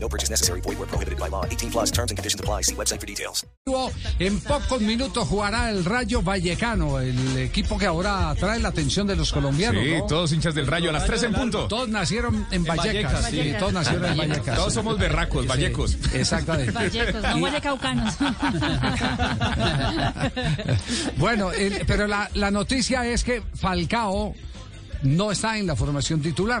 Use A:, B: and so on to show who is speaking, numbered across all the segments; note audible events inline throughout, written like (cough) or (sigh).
A: No purchase necessary. Void where prohibited by law. 18 plus terms and conditions apply. See website for details.
B: En pocos minutos jugará el Rayo Vallecano, el equipo que ahora atrae la atención de los colombianos.
C: Sí,
B: ¿no?
C: todos hinchas del Rayo, a las 3 en punto.
B: Todos nacieron en Vallecas.
C: Vallecas,
B: sí,
C: sí.
B: todos nacieron en Vallecas.
C: Todos somos berracos,
B: Sí,
C: vallecos.
B: Exactamente.
D: Vallecos, no huele caucanos.
B: (laughs) Bueno, el- pero la, la noticia es que Falcao no está en la formación titular.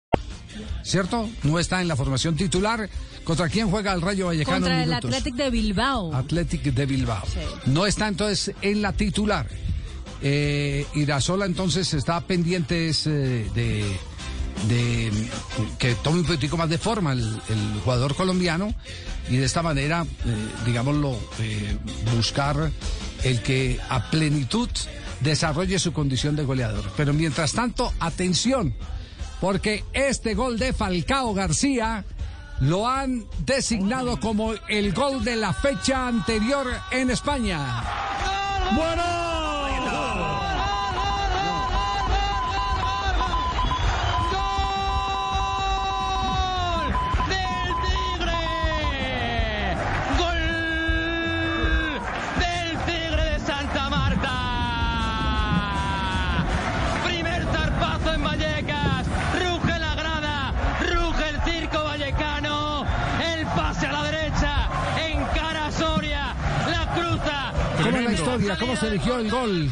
B: ¿cierto? No está en la formación titular. ¿Contra quién juega el Rayo Vallecano?
D: Contra el
B: Minutos.
D: Athletic de Bilbao.
B: Athletic de Bilbao. No está entonces en la titular. Eh, Irasola entonces está pendiente es, eh, de, de, mm, que tome un poquitico más de forma el, el jugador colombiano y de esta manera, eh, digámoslo, eh, buscar el que a plenitud desarrolle su condición de goleador. Pero mientras tanto, atención, porque este gol de Falcao García lo han designado como el gol de la fecha anterior en España.
E: del Tigre. Gol del Tigre de Santa Marta. Primer zarpazo en Vallecas. Ruge la grada, ruge el circo vallecano. El pase a la derecha, encara a Soria, la cruza.
B: ¿Cómo es la historia? ¿Cómo se eligió el gol?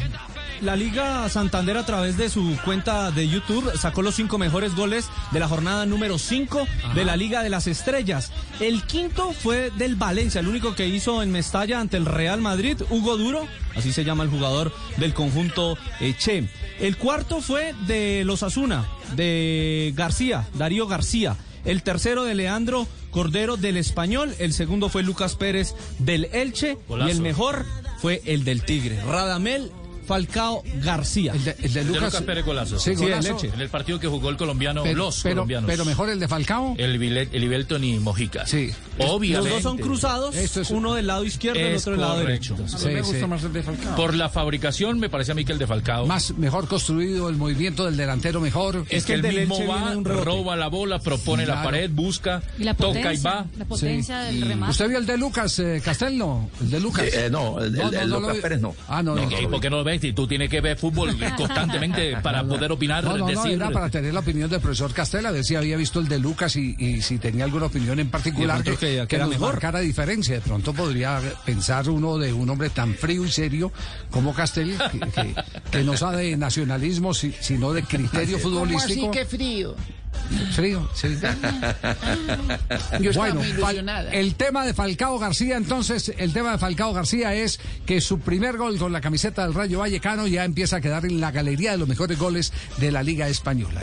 F: La Liga Santander a través de su cuenta de YouTube sacó los cinco mejores goles de la jornada número 5 de la Liga de las Estrellas. El quinto fue del Valencia, el único que hizo en Mestalla ante el Real Madrid, Hugo Duro, así se llama el jugador del conjunto eh, Che. El cuarto fue de los Asuna, de García, Darío García. El tercero de Leandro Cordero del Español, el segundo fue Lucas Pérez del Elche y el mejor fue el del Tigre, Radamel Falcao García.
B: El de, el de Lucas,
C: Lucas Pérez Golazo.
B: Sí,
F: Sí, el
B: golazo.
F: Elche.
C: En el partido que jugó el colombiano,
B: Pero-
C: los
B: pero,
C: colombianos. Eh,
B: pero mejor el de Falcao.
C: El, Bile- el Ibelton y Mojica.
B: Sí.
C: Obviamente.
F: Los dos son cruzados,
B: Esto es-
F: uno del lado izquierdo y el
C: Es
F: otro del lado
C: correcto.
F: derecho.
B: Sí, sí.
C: Por la fabricación, me parece a mí que el de Falcao.
B: Más mejor construido, el movimiento del delantero mejor.
C: es que
F: que
C: el
F: el del
C: mismo
F: Elche viene
C: va,
F: de un rebote.
C: roba la bola, propone la
B: Claro.
C: pared, busca,
D: Y la potencia.
C: toca y va.
D: La potencia del remate.
B: ¿Usted vio el de Lucas eh, Castello? ¿El de Lucas?
G: Eh, eh, no, el- el- el
B: lo
G: Lucas
B: vi.
G: Pérez no.
B: Ah, no, no.
C: ¿Y por qué no lo ves? Si tú tienes que
D: (laughs)
C: ver fútbol constantemente para poder opinar,
B: No, no, no,
C: decir.
B: era para tener la opinión del profesor Castela, a ver si había visto el de Lucas y, y si tenía alguna opinión en particular
F: Y de
B: que,
F: pronto que- que
B: que
F: era
B: nos
F: mejor.
B: marcara diferencia. De pronto podría pensar uno de un hombre tan frío y serio como Castel, que, que-
F: (laughs)
B: que no sabe de nacionalismo, si- sino de criterio futbolístico.
E: frío.
B: Frío, sí.
E: Yo estaba
B: Bueno,
E: muy
B: Fal-
E: ilusionada.
B: el tema de Falcao García, entonces, el tema de Falcao García es que su primer gol con la camiseta del Rayo Vallecano ya empieza a quedar en la galería de los mejores goles de la Liga Española.